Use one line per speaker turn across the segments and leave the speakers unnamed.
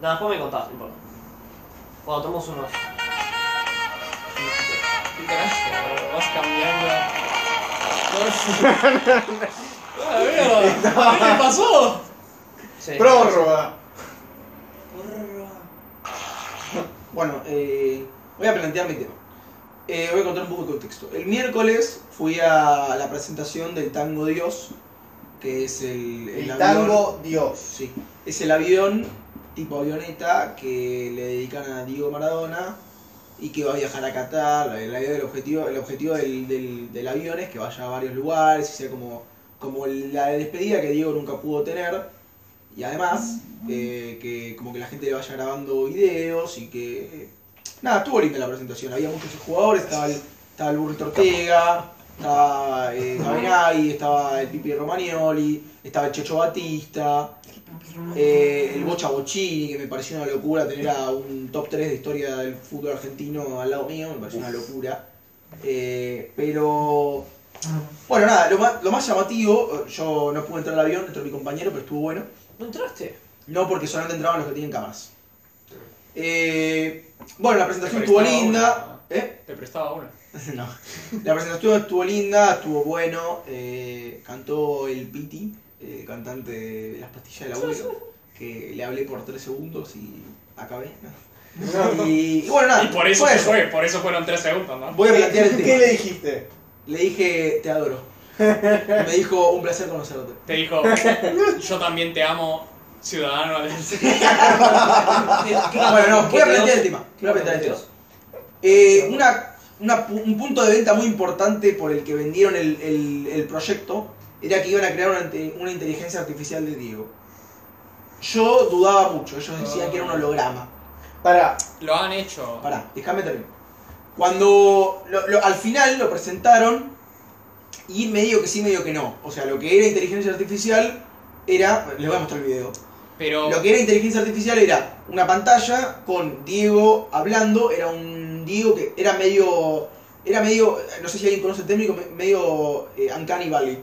Nada, después me contás, no importa. Cuando tomamos unos.
Qué gracia, vas cambiando. Vas- Ah, amigo, ¿Qué le pasó?
Sí.
Prórroga.
Porra.
Bueno, eh, voy a plantear mi tema. Eh, voy a contar un poco de contexto. El miércoles fui a la presentación del Tango Dios, que es el,
El
avión-
tango Dios.
Sí, es el avión tipo avioneta que le dedican a Diego Maradona y que va a viajar a Qatar. El, avión- el objetivo, el objetivo del, del- del avión es que vaya a varios lugares y sea como, como la despedida que Diego nunca pudo tener. Y además, eh, que como que la gente le vaya grabando videos y que... Nada, estuvo linda la presentación. Había muchos jugadores, estaba el, estaba el Burrito Ortega, estaba eh, Gavinaghi, estaba el Pipi Romagnoli, estaba el Checho Batista. Eh, el Bocha Bochini, que me pareció una locura tener a un top 3 de historia del fútbol argentino al lado mío, me pareció una locura. Eh, pero, bueno, nada, lo más, lo más llamativo, eh, yo no pude entrar al avión, entró mi compañero, pero estuvo bueno.
¿No entraste?
No, porque solamente entraban los que tienen cámaras. Eh, bueno, la presentación
Te
estuvo
prestaba
linda. ¿eh?
Te prestaba una.
No. La presentación estuvo linda, estuvo bueno. eh, cantó el Piti, eh, cantante de Las Pastillas del Abuelo, que le hablé por 3 segundos y acabé. ¿no? Y, y bueno, nada.
Y por eso
fue
se fue, por eso fueron tres segundos, ¿no?
Voy a
¿Qué,
plantear el
qué-
tema.
qué
Le...
le dijiste?
dije, te adoro. Me dijo, un placer conocerte.
Te dijo, yo también te amo, ciudadano.
Ah, Bueno, no, voy a plantear el tema. Voy a plantear el tema. Eh, una, una pu- un punto de venta muy importante por el que vendieron el, el- el proyecto era que iban a crear una, inte- una inteligencia artificial de Diego. Yo dudaba mucho, ellos decían que era un holograma.
Para,
Lo han hecho.
Pará, déjame terminar. Cuando lo- lo- al final lo presentaron y medio que sí, medio que no. O sea, lo que era inteligencia artificial era... Les voy a mostrar el video.
Pero
Lo que era inteligencia artificial era una pantalla con Diego hablando, era un Diego que era medio, era medio, no sé si alguien conoce el técnico, me- medio eh, Uncanny Valley.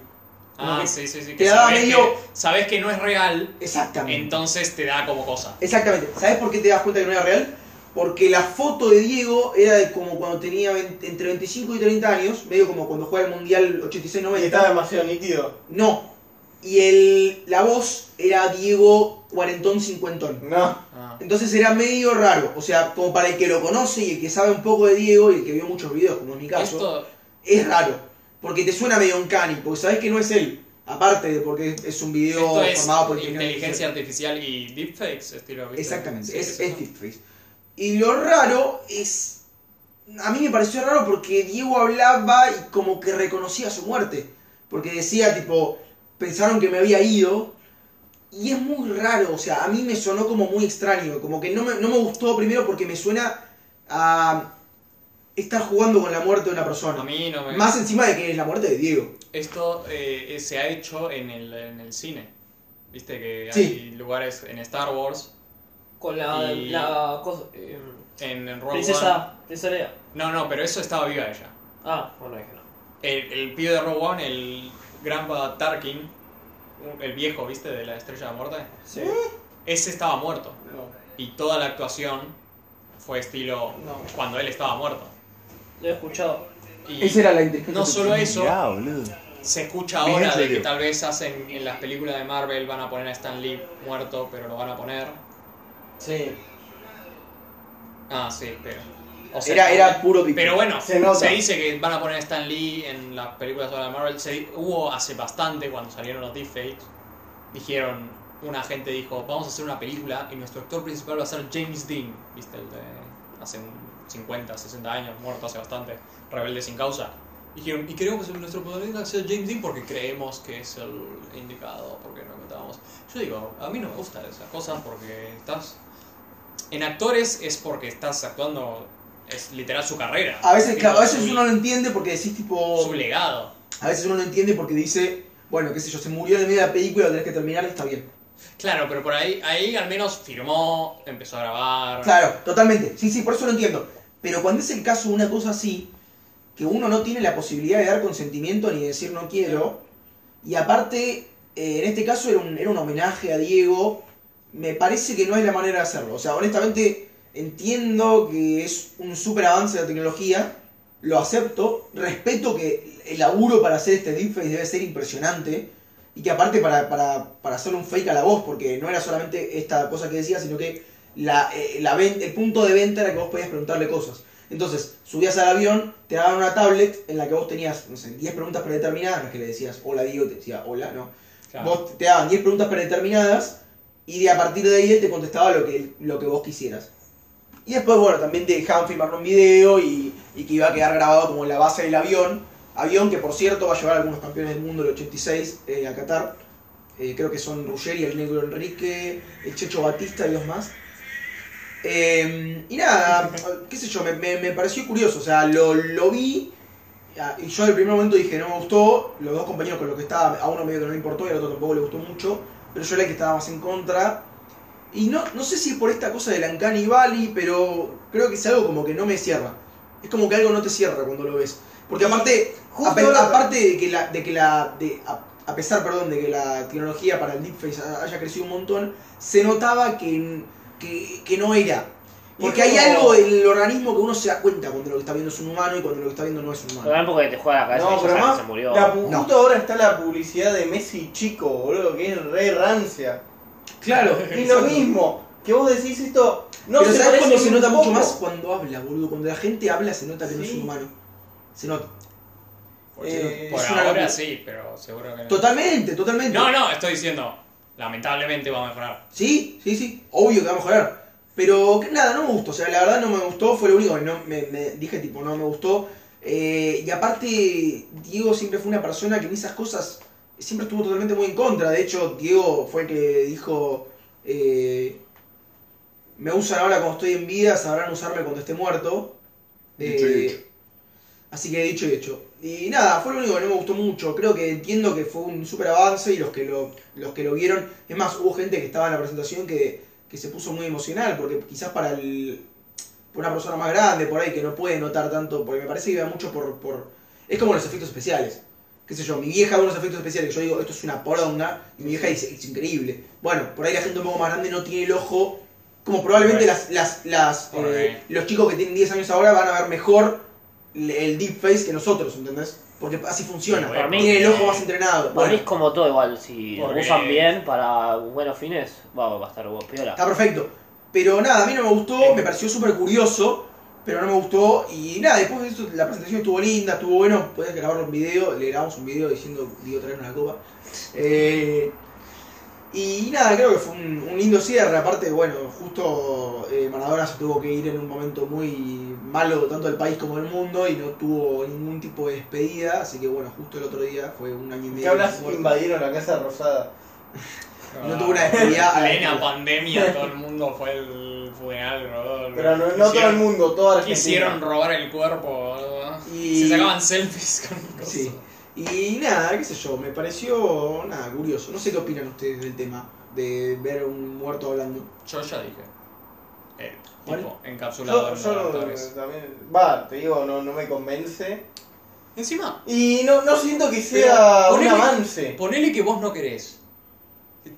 Ah,
Como que
sí, sí, sí.
te
Que
daba
sabes,
medio-
que sabes que no es real,
Exactamente.
entonces te da como cosa.
Exactamente. ¿Sabes por qué te das cuenta que no era real? Porque la foto de Diego era de como cuando tenía 20 entre 25 y 30 años, medio como cuando juega el Mundial
y está
86-90.
demasiado nítido.
No. Y el, la voz era Diego cuarentón cincuentón.
No.
Ah.
Entonces era medio raro, o sea, como para el que lo conoce y el que sabe un poco de Diego y el que vio muchos videos, como es mi caso,
Esto,
es raro, porque te suena medio uncanny, porque sabes que no es él, aparte de porque es un video
esto es
formado por
inteligencia artificial y deepfakes, estilo. ¿viste?
Exactamente,
Sí,
es,
sí,
es
sí.
deepfake. Y lo raro es. A mí me pareció raro porque Diego hablaba y como que reconocía su muerte. Porque decía, tipo, pensaron que me había ido. Y es muy raro, o sea, a mí me sonó como muy extraño. Como que no me, no me gustó primero porque me suena a estar jugando con la muerte de una
A
persona.
mí no me.
Más encima de que es la muerte de Diego.
Esto eh, eh, se ha hecho en el, en el cine. Viste que hay
Sí.
lugares en Star Wars,
Con la.
Y-
la cosa, eh,
en, en Rogue One.
princesa. Princesa Leia.
No, no, pero eso estaba viva ella.
Ah, bueno, dije no.
El, el pibe de Rogue One, el Grandpa Tarkin, un- el viejo, ¿viste? De la Estrella de la Muerte.
Sí.
Ese estaba muerto. Y toda la actuación fue estilo
No.
cuando él estaba muerto.
Lo he escuchado.
Y
la inteligencia.
no solo eso,
Mirá, boludo.
se escucha ahora
Bien,
de que
serio.
tal vez hacen en las películas de Marvel van a poner a Stan Lee muerto, pero lo van a poner.
Sí.
Ah, sí, pero. o sea,
Era, era puro deepfake.
Pero bueno,
Se
se,
nota.
dice que van a poner a Stan Lee en las películas ahora de Marvel. Se di- hubo hace bastante cuando salieron los deepfakes. Dijeron, una gente dijo, vamos a hacer una película y nuestro actor principal va a ser James Dean. ¿Viste? El de hace un 50, 60 años, muerto hace bastante, rebelde sin causa. Dijeron, y queremos que nuestro protagonista sea James Dean porque creemos que es el indicado, porque no contábamos. Yo digo, a mí no me gustan esas cosas porque estás... En actores es porque estás actuando, es literal su carrera.
A veces,
Tipo,
claro, a veces
su-
uno no entiende porque decís tipo...
Su legado.
A veces uno no entiende porque dice, bueno, qué sé yo, se murió en el medio de la película, lo tenés que terminar y está bien.
Claro, pero por ahí, ahí al menos firmó, empezó a grabar.
Claro, totalmente. Sí, sí, por eso lo entiendo. Pero cuando es el caso de una cosa así, que uno no tiene la posibilidad de dar consentimiento ni de decir no quiero, y aparte, eh, en este caso era un, era un homenaje a Diego, me parece que no es la manera de hacerlo. O sea, honestamente entiendo que es un súper avance de la tecnología, lo acepto, respeto que el laburo para hacer este deepfake debe ser impresionante y que aparte para, para, para hacer un fake a la voz, porque no era solamente esta cosa que decía, sino que la, eh, la ven- el punto de venta era que vos podías preguntarle cosas. Entonces, subías al avión, te daban una tablet en la que vos tenías, no sé, 10 preguntas predeterminadas, no es que le decías hola Diego, te decía hola, no.
Claro.
Vos te daban 10 preguntas predeterminadas y de a partir de ahí él te contestaba lo que, lo que vos quisieras.
Y después, bueno, también te dejaban filmar un video y, y que iba a quedar grabado como en la base del avión. Avión que, por cierto, va a llevar a algunos campeones del mundo del 86 eh, a Qatar. Eh, creo que son Ruggeri, el Negro Enrique, el Checho Batista y dos más.
Eh, y nada, qué sé yo, me, me- me pareció curioso, o sea, lo, lo vi ah, y yo al primer momento dije, no me gustó, los dos compañeros con los que estaba, a uno medio que no le importó y al otro tampoco le gustó mucho, pero yo era el que estaba más en contra. Y no, no sé si es por esta cosa del Ancani Valley, pero creo que es algo como que no me cierra. Es como que algo no te cierra cuando lo ves. Porque aparte,
Justo
ape-
ahora-
aparte de que la, de que la de- a, a pesar, perdón, de que la tecnología para el deepface ha- haya crecido un montón, se notaba que, que, que no era. Porque
Y es
hay
como-
algo en el organismo que uno se da cuenta cuando lo que está viendo es un humano y cuando lo que está viendo no es un humano.
También porque te juega la cabeza
No,
y ya
pero
sabes que
más,
se murió.
la pu-
No.
Justo ahora está la publicidad de Messi chico, boludo, que es re rancia.
Claro,
Y lo mismo, que vos decís esto. No,
Pero ¿sabes cuando
parece
se
un
nota mucho
poco.
más? Cuando habla, boludo. Cuando la gente habla se nota que no es
Sí.
un humano. Se nota.
Eh,
Por
es una
ahora
locura.
sí, pero seguro que no.
Totalmente, totalmente.
No, no, estoy diciendo, lamentablemente va a mejorar.
Sí, sí, sí. Obvio que va a mejorar. Pero que nada, no me gustó. O sea, la verdad no me gustó. Fue lo único que no, me, me dije, tipo, no me gustó. Eh, y aparte, Diego siempre fue una persona que en esas cosas siempre estuvo totalmente muy en contra. De hecho, Diego fue el que dijo... eh, me usan ahora cuando estoy en vida, sabrán usarme cuando esté muerto.
Dicho y
Eh,
hecho.
Así que dicho y hecho. Y nada, fue lo único que no me gustó mucho. Creo que entiendo que fue un super avance y los que lo, los que lo vieron. Es más, hubo gente que estaba en la presentación que, que se puso muy emocional, porque quizás para el. para una persona más grande por ahí que no puede notar tanto. Porque me parece que iba mucho por. por es como los efectos especiales. Qué sé yo, mi vieja ve unos efectos especiales que yo digo, esto es una poronga, y mi vieja dice, es increíble. Bueno, por ahí la gente un poco más grande no tiene el ojo. Como probablemente
Ok.
las, las, las,
Ok.
eh, los chicos que tienen 10 años ahora van a ver mejor le- el deepface que nosotros, ¿entendés? Porque así funciona.
Por
mí-
Tiene el ojo más
Para
entrenado.
mí
Bueno,
es como todo igual, si lo
Porque-
usan bien para buenos fines, va, va a estar bueno, piola.
está perfecto. Pero nada, a mí no me gustó, me pareció súper curioso, pero no me gustó. Y nada, después de eso la presentación estuvo linda, estuvo bueno, podías grabarlo un video, le grabamos un video diciendo, digo, traernos la copa. Eh, y nada, creo que fue un, un lindo cierre. Aparte, bueno, justo eh, Maradona se tuvo que ir en un momento muy malo, tanto del país como del mundo, y no tuvo ningún tipo de despedida. Así que bueno, justo el otro día fue un año y medio.
Que hablas
muerto.
invadieron la Casa Rosada.
No tuvo una despedida. a la
Plena
altura.
pandemia, todo el mundo fue el funeral, boludo.
Pero no, no
Quisieron-
todo el mundo, toda Argentina.
Quisieron robar el cuerpo, boludo.
Y-
Se sacaban selfies con cosas.
Sí. Y nada, qué sé yo, me pareció nada curioso. No sé qué opinan ustedes del tema de ver a un muerto hablando.
Yo ya dije. Eh,
¿Cuál?
tipo,
Yo,
encapsulado
yo
en
no-
laboratorios.
también. Va, te digo, no, no me convence.
Encima,
Y no, no siento que sea
Pero,
un
ponele-
avance.
ponele que vos no querés.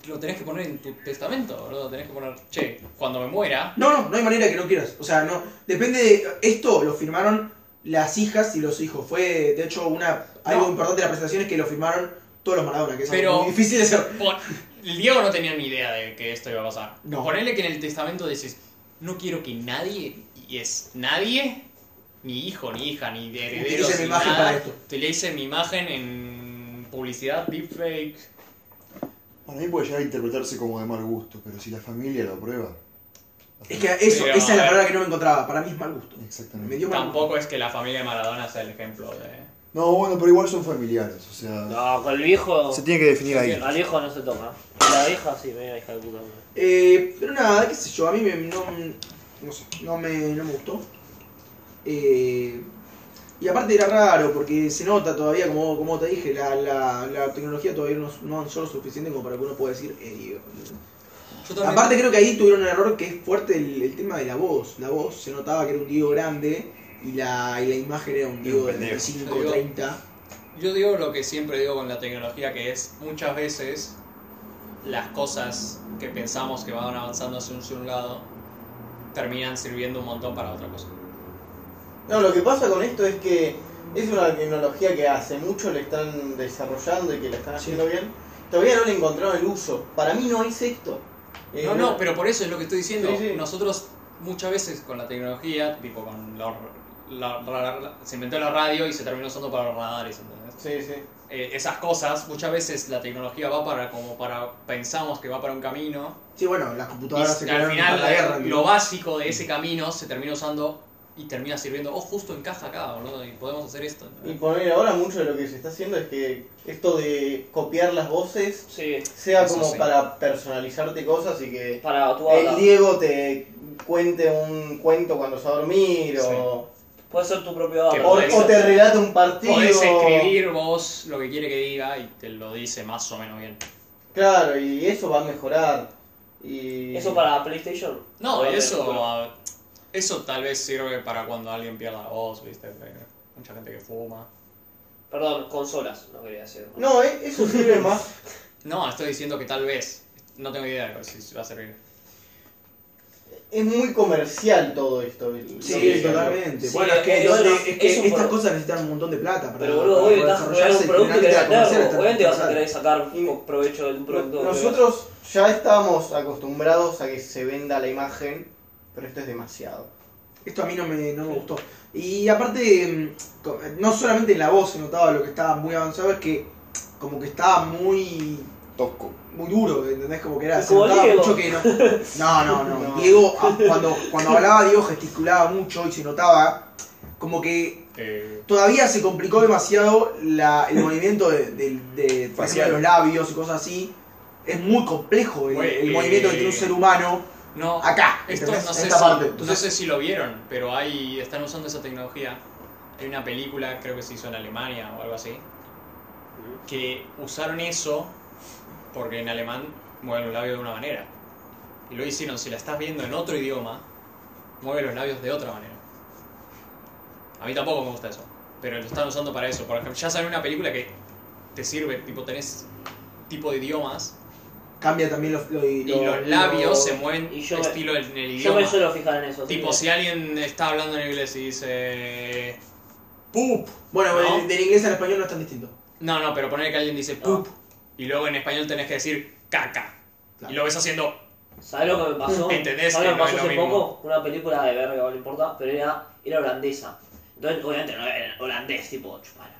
Lo tenés que poner en tu testamento, boludo. Tenés que poner, che, cuando me muera.
No, no, no hay manera que no quieras. O sea, no. Depende de. Esto lo firmaron las hijas y los hijos. Fue, de hecho, una algo
No.
importante de la presentación es que lo firmaron todos los Maradona, que es
Pero-
algo muy difícil de hacer.
pon- El Diego no tenía ni idea de que esto iba a pasar.
No.
Ponele que en el testamento dices, no quiero que nadie, y es nadie, ni hijo, ni hija, ni de herederos,
Utilice mi
ni
imagen
nada,
para esto.
utilice mi imagen en publicidad, deepfake.
Para mí puede llegar a interpretarse como de mal gusto, pero si la familia lo aprueba. la
Es
familia-
que eso,
Pero,
esa es la
a ver.
palabra que no me encontraba. Para mí es mal gusto. Me
Exactamente.
dio mal gusto.
Tampoco es que la familia de Maradona sea el ejemplo de...
No, bueno, pero igual son familiares, o sea.
No, con el viejo.
Se tiene que definir ahí.
Al viejo no se toca. La vieja sí, medio hija de puta.
Eh, pero nada, qué sé yo, a mí me- no, no sé, no me, no me gustó. Eh, y aparte era raro, porque se nota todavía, como, como te dije, la, la, la tecnología todavía no, no avanzó lo suficiente como para que uno pueda decir, eh, Diego.
Yo también-
Aparte creo que ahí tuvieron un error que es fuerte el, el tema de la voz. La voz se notaba que era un Diego grande y la, y la imagen era un Diego de
pendejo.
25,
Diego.
30.
Yo digo lo que siempre digo con la tecnología, que es muchas veces las cosas que pensamos que van avanzando hacia un, hacia un lado terminan sirviendo un montón para otra cosa.
No, lo que pasa con esto es que es una tecnología que hace mucho le están desarrollando y que la están haciendo bien. Todavía no le encontraron el uso. Para mí no es esto. Eh,
No, no, pero por eso es lo que estoy diciendo.
Sí, sí.
Nosotros muchas veces con la tecnología, tipo con la, la- la- la- se inventó la radio y se terminó usando para los radares, ¿entendés?
Sí, sí.
Eh, esas cosas, muchas veces la tecnología va para como para pensamos que va para un camino
Sí, bueno, las
y
computadoras se
al
crearon
final
para la guerra.
lo básico de ese camino se termina usando y termina sirviendo, oh, justo encaja acá, boludo, y podemos hacer esto.
Y poner ahora mucho de lo que se está haciendo es que esto de copiar las voces
Sí,
sea
Eso
como
sí.
para personalizarte cosas y que
para tu
el
habla.
Diego te cuente un cuento cuando se va a dormir o,
Puede ser tu propio habla.
Que
o-
podés-
o te relata un partido.
Podés escribir vos lo que quiere que diga y te lo dice más o menos bien.
Claro, y eso va a mejorar. Y...
Eso para PlayStation.
No,
Para
eso,
película.
a- eso tal vez sirve para cuando alguien pierda la voz, ¿viste? Mucha gente que fuma.
Perdón, consolas, no quería decir.
No, eh, eso sirve más.
No, estoy diciendo que tal vez. No tengo idea de si va a servir.
Es muy comercial todo esto. el-
Sí,
lo que-
totalmente.
Sí,
bueno, es que,
es
es
una-
que- es que
es un
estas
pro-
cosas necesitan un montón de plata para,
Pero boludo,
para
hoy
poder
estás creando un
desarrollarse,
producto que
generalmente
vas a
la
vender.
comercial está
Obviamente vas a
comercial.
querer sacar co- provecho del producto. que
Nosotros ya estábamos acostumbrados a que se venda la imagen, pero esto es demasiado.
Esto a mí no me, no me gustó. Y aparte, mm, co- no solamente en la voz se notaba lo que estaba muy avanzado, es que como que estaba muy
Tosco.
muy duro, ¿entendés? Como que era,
Y como
se notaba
Diego.
mucho que no. No, no, no.
No.
Diego, ah, cuando, cuando hablaba, Diego gesticulaba mucho y se notaba como que
Eh,
todavía se complicó demasiado la- el movimiento de, de- de- por ejemplo, de los labios y cosas así. Es muy complejo el,
Güey,
el
eh,
movimiento que tiene un ser humano
no,
acá.
esto
¿entendés?
no
En
sé,
esta
si,
parte.
no sé si lo vieron, pero ahí están usando esa tecnología. Hay una película, creo que se hizo en Alemania o algo así, que usaron eso porque en alemán mueven los labios de una manera. Y lo hicieron, si la estás viendo en otro idioma, mueve los labios de otra manera. A mí tampoco me gusta eso, pero lo están usando para eso. Por ejemplo, ya saben una película que te sirve, tipo tenés tipo de idiomas
Cambia también los, lo-
y
lo-
los labios
lo-
se mueven
y yo me-
estilo en el
ves. Yo me
idioma.
suelo fijar en eso.
Tipo, si alguien está hablando en inglés y dice. Poop.
Bueno,
¿No?
del, del inglés al español no es tan distinto.
No, no, pero poner que alguien dice poop. Y luego en español tenés que decir caca.
Claro.
Y lo ves haciendo.
¿Sabes lo que me pasó?
Entendés
¿Sabés
que
lo que me pasó
no es lo
hace
mismo.
poco? Una película de verga, no importa, pero era, era holandesa. Entonces, obviamente no era holandés, tipo, chupala.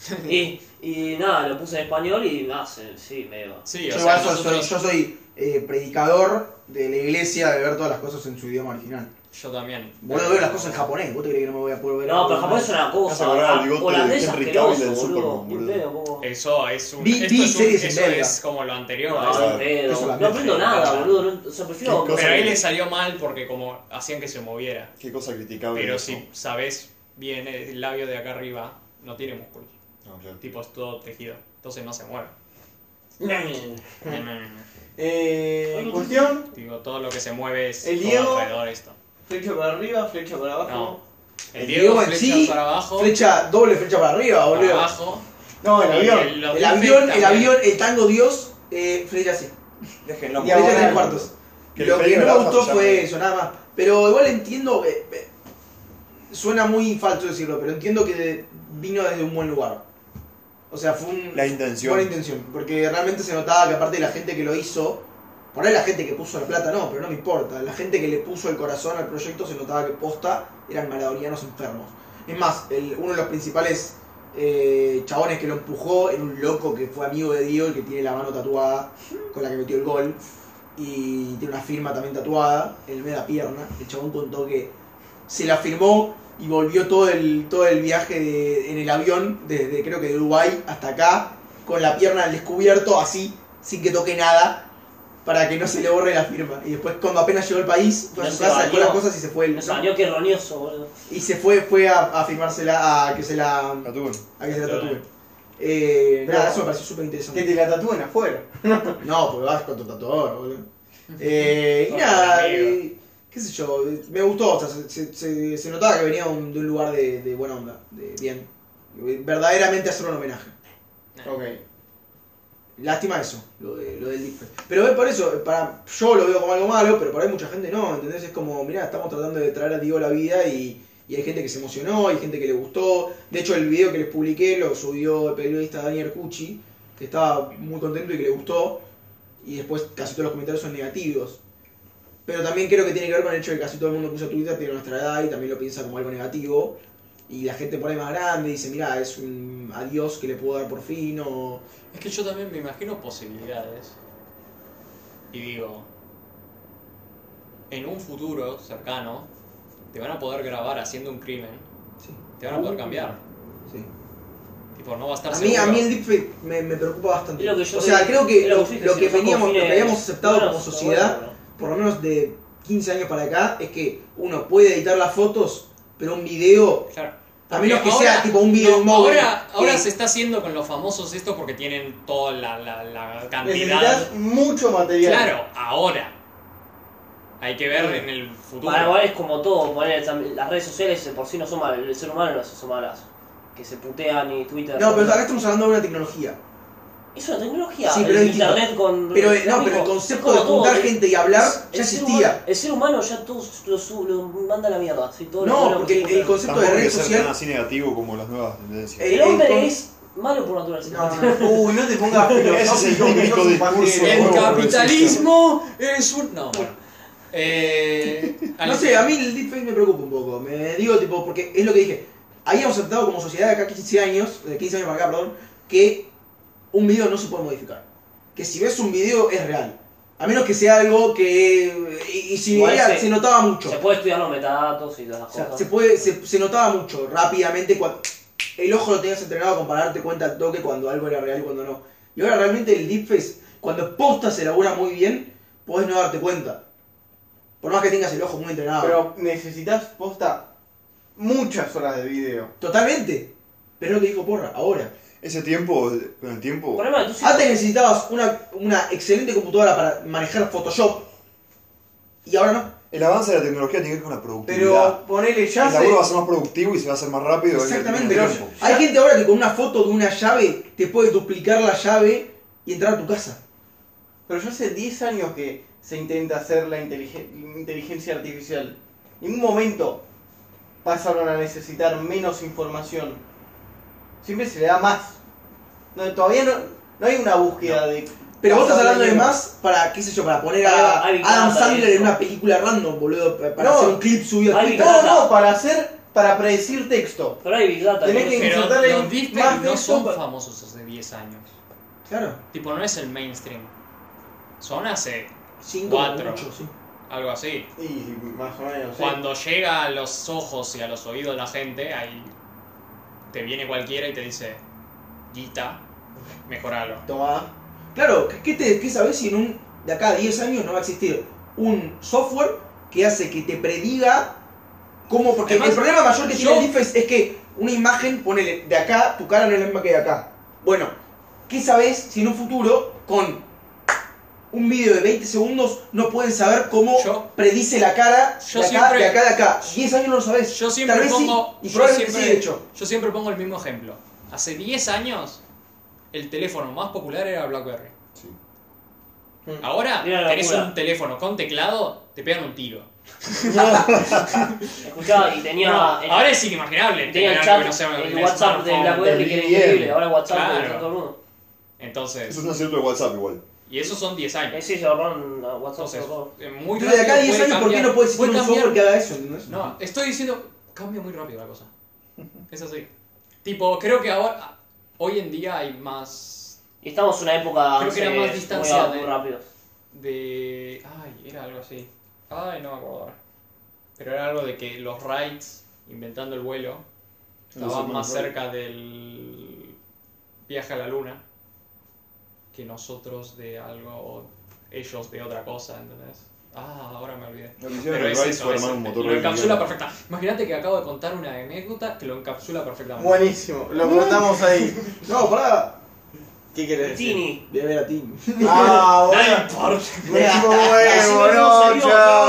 y, y nada, lo puse en español y nada, se- sí, medio.
Sí, o
yo,
sea,
igual soy-
nosotros-
soy, yo soy eh, predicador de la iglesia de ver todas las cosas en su idioma original.
yo también.
Vos no veo las cosas en japonés, vos te crees que no me voy a poder ver.
No, pero
algo
Japón es
en-
una
Vas a
cosa.
agarrar
ah,
el bigote de
Holandés es
Henry
asqueroso,
Cavill del
boludo.
Superman,
Ni en
boludo.
pedo, poco.
Eso es un.
Vi-
esto
vi
es, un-
series en
eso
belga.
es como lo anterior. a
No,
eso.
ni en pedo.
Eso la
No aprendo
mierda.
nada, boludo. no- o sea, prefiero.
Qué
pero
cosa
ahí
que-
le salió mal porque como hacían que se moviera.
Qué cosa criticable.
Pero
eso.
si sabes bien, eh, el labio de acá arriba no tiene músculos.
No, claro.
Tipo, es todo tejido. Entonces no se mueve.
Eh, cuestión,
Digo, todo lo que se mueve es
El
todo
Diego-
alrededor de esto.
flecha para arriba, flecha para abajo.
No. El,
El
Diego,
Diego en
flecha
sí,
para abajo,
Flecha, doble flecha para arriba,
para
boludo.
abajo.
No, el
y
avión.
los
el
defectos
avión, el
también.
avión, el tango Dios, eh, flecha así.
Déjenlo.
Y ahora-
Flecha tres cuartos.
Que
Lo
el
que
Pedro
no me
Rafa
gustó
se
fue
llama-
eso, nada más. Pero igual entiendo, eh, eh, suena muy falso decirlo, pero entiendo que de- vino desde un buen lugar. O sea, fue un,
La intención.
Buena intención, porque realmente se notaba que aparte de la gente que lo hizo, por ahí la gente que puso la plata no, pero no me importa, la gente que le puso el corazón al proyecto se notaba que posta eran maradonianos enfermos. Es más, el- uno de los principales eh, chabones que lo empujó era un loco que fue amigo de Diego, el que tiene la mano tatuada con la que metió el gol, y tiene una firma también tatuada en el medio de la pierna. El chabón contó que se la firmó y volvió todo el, todo el viaje de- en el avión, desde creo que de Uruguay hasta acá, con la pierna al descubierto, así, sin que toque nada, para que no se le borre la firma. Y después, cuando apenas llegó al país, fue a
No
su
se
casa, sacó
bañó.
las cosas y se fue.
Me soñó que erroneoso, boludo.
y se fue, fue a, a firmársela, a que se la,
Ah, tú, bueno.
a que se la tatúe. Eh,
Pero-
nada, eso me pareció súper
Que
interesante.
te la tatúen afuera.
No, porque vas con tu tatuador, boludo. Eh, y nada, eh, qué sé yo, eh, me gustó, o sea, se, se- se- se notaba que venía un- de un lugar de, de buena onda, de bien. Verdaderamente hacer un homenaje.
Ok.
Lástima eso, lo, de, lo del deepfake. Pero eh, por eso, eh, para, yo lo veo como algo malo, pero para ahí mucha gente no, ¿entendés? Es como, mirá, estamos tratando de traer a Diego la vida y, y hay gente que se emocionó, hay gente que le gustó. De hecho, el video que les publiqué lo subió el periodista Daniel Cucci, que estaba muy contento y que le gustó. Y después casi todos los comentarios son negativos. Pero también creo que tiene que ver con el hecho de que casi todo el mundo que usa Twitter tiene nuestra edad y también lo piensa como algo negativo. Y la gente por ahí más grande dice, mirá, es un adiós que le puedo dar por fin o...
Es que yo también me imagino posibilidades. Y digo, en un futuro cercano, te van a poder grabar haciendo un crimen.
Sí.
Te van a poder cambiar.
Sí.
Tipo, no va a estar
A mí, a
seguro.
mí el deepfake me, me preocupa bastante.
Es lo que yo
o sea,
te-
creo que
es lo
lo,
que yo dije,
lo
si
que
lo hacemos con
veníamos, lo que
fines
habíamos aceptado como
buenos, está
sociedad,
bueno,
por lo menos de 15 años para acá, es que uno puede editar las fotos, pero un video,
Claro.
a menos que
Porque ahora-
sea tipo un video
no,
móvil,
Ahora, ahora
que-
se está haciendo con los famosos esto porque tienen toda la, la- la cantidad.
Necesitas mucho material.
Claro, ahora. Hay que ver en el futuro.
Para igual es como todo, poner tam- las redes sociales de por sí no son malas, el ser humano no son malas. Que se putean y Twitter.
No, pero acá estamos hablando de una tecnología.
Es una tecnología.
Sí, pero
el
es distinto.
internet con.
Pero, eh,
es lo
no, pero
mismo.
el
Es
concepto de
como todo,
juntar
el-
gente y hablar ya
el ser humano-
existía.
el ser humano ya todos lo, su- lo manda a la mierda. así, todo lo- todo
No,
lo
porque el,
que-
el concepto
Tampoco
de
hay que
red
ser tan
social...
así negativo como las nuevas tendencias.
Eh,
El
con-
hombre es malo por naturaleza.
No, no, no.
Uy, no te pongas
Ese es
filosófico,
el
que
típico
sos un
discurso.
pajero.
El
Bueno,
capitalismo es un. No, bueno. Eh,
Ah,
No
Alex-
sé, a mí el deepfake me preocupa un poco. Me digo, tipo, porque es lo que dije. Habíamos aceptado como sociedad de acá 15 años, de 15 años para acá, perdón, que un video no se puede modificar. Que si ves un video es real. A menos que sea algo que. Y, y si
Igual
era-
se-
se notaba mucho.
Se puede estudiar los metadatos y todas las
O sea,
cosas.
se, puede, se, se notaba mucho rápidamente cuando el ojo lo tenías entrenado con para darte cuenta al toque cuando algo era real y cuando no. Y ahora realmente el deepfake, cuando posta se elabora muy bien, podés no darte cuenta. Por más que tengas el ojo muy entrenado.
Pero necesitas posta muchas horas de video.
Totalmente. Pero es lo que dijo Porra, ahora.
Ese tiempo, con el
El
tiempo,
problema es que tú sí-
Antes necesitabas una, una excelente computadora para manejar Photoshop. Y ahora no.
el avance de la tecnología tiene que ver con la productividad.
Pero ponele ya
el laburo
se-
va a ser más productivo y se va a hacer más rápido. hay que tener
Exactamente.
menos tiempo.
Hay gente ahora que con una foto de una llave te puede duplicar la llave y entrar a tu casa.
Pero ya hace 10 años que se intenta hacer la inteligen- inteligencia artificial. En un momento pasaron a necesitar menos información. Siempre se le da más. No, todavía no, no hay una búsqueda de...
Pero vos estás
pasarle
hablando de
menos.
más para, qué sé yo, para poner a
Ah, hay
Adam
data,
Sandler en
eso.
una película random, boludo, pa- para
No.
hacer un clip subido a
Hay
Twitter.
No, no, para hacer... Para predecir texto.
Pero hay Big Data.
Tenés
¿no?
que-
Pero
insertarle
los
más
deepfakes
de
no
eso
son
pa-
famosos hace 10 años.
Claro,
Tipo, no es el mainstream. Son hace
cinco,
Cuatro.
ocho, sí.
algo así.
Y más o menos. sí.
Cuando llega a los ojos y a los oídos de la gente, ahí te viene cualquiera y te dice, guita, mejoralo.
Tomá.
Claro, ¿qué- ¿qué, te, qué sabes si en un, de acá a 10 años no va a existir un software que hace que te prediga cómo? Porque
Además,
el problema mayor que
yo-
tiene el deepfake es que una imagen, ponele, de acá, tu cara no es la misma que de acá. Bueno, ¿qué sabes si en un futuro con un vídeo de 20 segundos no pueden saber cómo
Yo-
predice la cara
Yo
de acá,
siempre-
de acá, de acá? 10 años no lo sabes.
Yo siempre
Tal vez sí,
pongo.
y
yo
probablemente
siempre-
sí, de hecho.
yo siempre pongo el mismo ejemplo. Hace 10 años, el teléfono más popular era Blackberry.
Sí.
Ahora
Mira la
tenés
locura.
un teléfono con teclado, te pegan un tiro.
Escuchaba y tenía.
No,
el-
ahora es inimaginable.
tenía eh, el
tener
chat,
algo que no sea
el
un
WhatsApp de
smartphone.
BlackBerry que era increíble. Ahora WhatsApp
Claro.
lo usa todo el mundo.
Eso
Entonces,
es un acierto de WhatsApp igual.
y esos son 10
Eh,
años.
sí, se ahorraron a WhatsApp. se
Entonces,
ahorraron.
eh, muy
Entonces, de acá a
rápido
10 años, ¿por qué
cambiar-
no puede existir
puede
un software
cambiar-
que haga eso? ¿entendés?
No, estoy diciendo, cambia muy rápido la cosa. Es así. Tipo, creo que ahora, hoy en día hay más
Y estamos en una época de
Creo que era más
avances
distancia
muy,
de-
muy rápidos.
de... Ay, era algo así. Ay, no me acuerdo ahora. Pero era algo de que los Wrights, inventando el vuelo, estaban
hermanos
más
Wright.
cerca del viaje a la luna que nosotros de algo, o ellos de otra cosa, ¿entendés? Ah, ahora me olvidé.
Lo que hicieron
Pero
en
es
Rice
eso,
fue
es-
armar un motor
lo encapsula
liviano.
perfecta. Imagínate que acabo de contar una anécdota que lo encapsula perfectamente.
Buenísimo. Lo cortamos ahí.
No, pará.
¿Qué querés decir?
Tini.
De ver a ti.
Ah,
No
bueno.
importa.
Me chupo un
Así
huevo,
mismo
no,
sería,
chao.